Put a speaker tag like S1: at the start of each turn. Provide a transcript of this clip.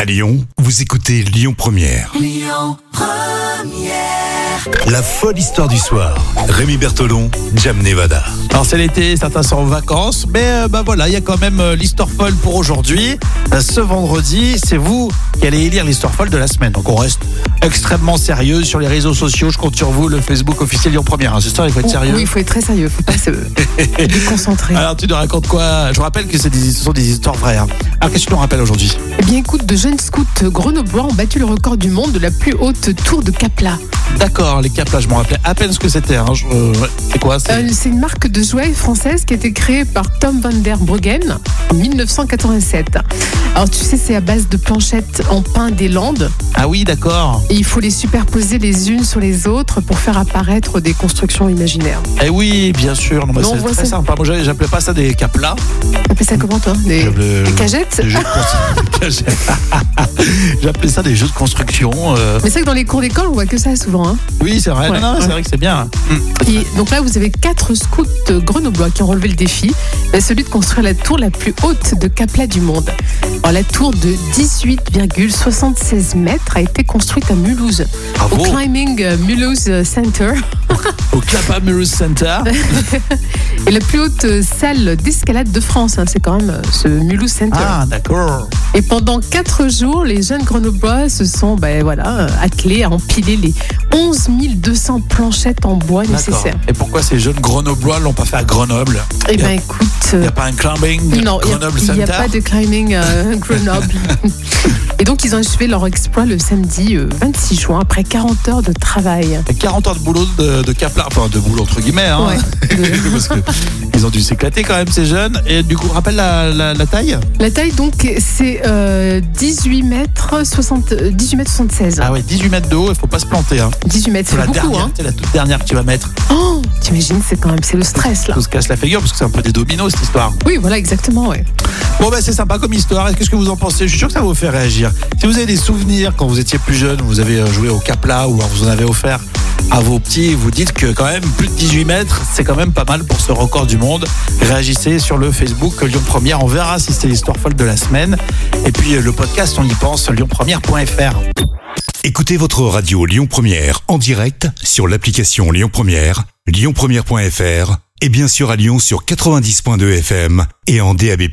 S1: À Lyon, vous écoutez Lyon Première. Lyon Première. La folle histoire du soir. Rémi Bertolon, Jam Nevada.
S2: Alors c'est l'été, certains sont en vacances, mais euh, bah voilà, il y a quand même euh, l'histoire folle pour aujourd'hui. Euh, ce vendredi, c'est vous qui allez élire l'histoire folle de la semaine. Donc on reste extrêmement sérieux sur les réseaux sociaux. Je compte sur vous, le Facebook officiel Lyon Première. hein. C'est ça, il faut être sérieux.
S3: Oui, il faut être très sérieux, faut pas se déconcentrer.
S2: Alors tu nous racontes quoi Je vous rappelle que c'est des- ce sont des histoires vraies. hein. Alors qu'est-ce que tu nous rappelles aujourd'hui
S3: Eh bien écoute, de jeunes scouts grenoblois ont battu le record du monde de la plus haute tour de Capla.
S2: D'accord, les capes là, je m'en rappelais à peine ce que c'était. hein. Je- euh, ouais. c'est quoi c'est-
S3: Euh, c'est une marque de jouets française qui a été créée par Tom van der Bruggen en 1987. Alors tu sais, c'est à base de planchettes en pain des Landes
S2: Ah oui, d'accord.
S3: et il faut les superposer les unes sur les autres pour faire apparaître des constructions imaginaires.
S2: Eh oui, bien sûr. Non, bah,
S3: Non, on
S2: c'est
S3: voit
S2: très
S3: ça.
S2: sympa. Moi, j'a- j'appelais pas ça des capes là.
S3: T'appelles ça comment toi Des,
S2: J'appelais-
S3: des cagettes
S2: Des jeux de construction. J'appelais ça des jeux de construction. euh.
S3: Mais c'est vrai que dans les cours d'école, on voit que ça souvent. hein.
S2: Oui, c'est vrai.
S3: Ouais,
S2: Non, non, c'est
S3: ouais.
S2: vrai que c'est bien. Mm.
S3: Et donc là, vous avez quatre scouts grenoblois qui ont relevé le défi, euh, celui de construire la tour la plus haute de Capla du monde. Alors, la tour de 18,76 mètres a été construite à Mulhouse, au
S2: Bravo.
S3: Climbing euh, Mulhouse Center.
S2: Au Clapamurus Center.
S3: Et la plus haute euh, salle d'escalade de France, hein, c'est quand même euh, ce Mulhouse Center.
S2: Ah, d'accord.
S3: Et pendant quatre jours, les jeunes grenoblois se sont ben, voilà, euh, attelés à empiler les 11 200 planchettes en bois
S2: D'accord.
S3: nécessaires.
S2: Et pourquoi ces jeunes grenoblois l'ont pas fait à Grenoble
S3: Eh
S2: Y a-
S3: ben écoute...
S2: Il
S3: euh,
S2: n'y a pas un climbing
S3: Non,
S2: Grenoble
S3: il n'y a,
S2: Center
S3: pas de climbing euh, Grenoble. Et donc, ils ont achevé leur exploit le samedi euh, 26 juin, après 40 heures de travail.
S2: 40 heures de boulot de, de Caplar, enfin de boulot entre guillemets, hein.
S3: Ouais. De-
S2: parce que ils ont dû s'éclater quand même ces jeunes. Et du coup, rappelle la, la- la taille
S3: La taille, donc, c'est euh, 18 mètres 60 euh, 18 mètres 76.
S2: Ah ouais, 18 mètres de haut, il faut pas se planter. Hein.
S3: 18 mètres,
S2: C'est
S3: c'est
S2: la
S3: beaucoup,
S2: dernière,
S3: hein.
S2: c'est la toute dernière que tu vas mettre.
S3: Oh, T'imagines, c'est quand même, c'est le stress, là.
S2: On se casse la figure parce que c'est un peu des dominos cette histoire.
S3: Oui, voilà, exactement, ouais.
S2: Bon ben c'est sympa comme histoire. Qu'est-ce que vous en pensez Je suis sûr que ça va vous faire réagir. Si vous avez des souvenirs quand vous étiez plus jeune, vous avez euh, joué au Capla ou alors vous en avez offert à vos petits, vous dites que quand même plus de 18 mètres, c'est quand même pas mal pour ce record du monde. Réagissez sur le Facebook Lyon Première. On verra si c'est l'histoire folle de la semaine. Et puis euh, le podcast, on y pense lyonpremière.fr.
S1: Écoutez votre radio Lyon Première en direct sur l'application Lyon Première, lyonpremière.fr et bien sûr à Lyon sur 90.2 FM et en DAB+.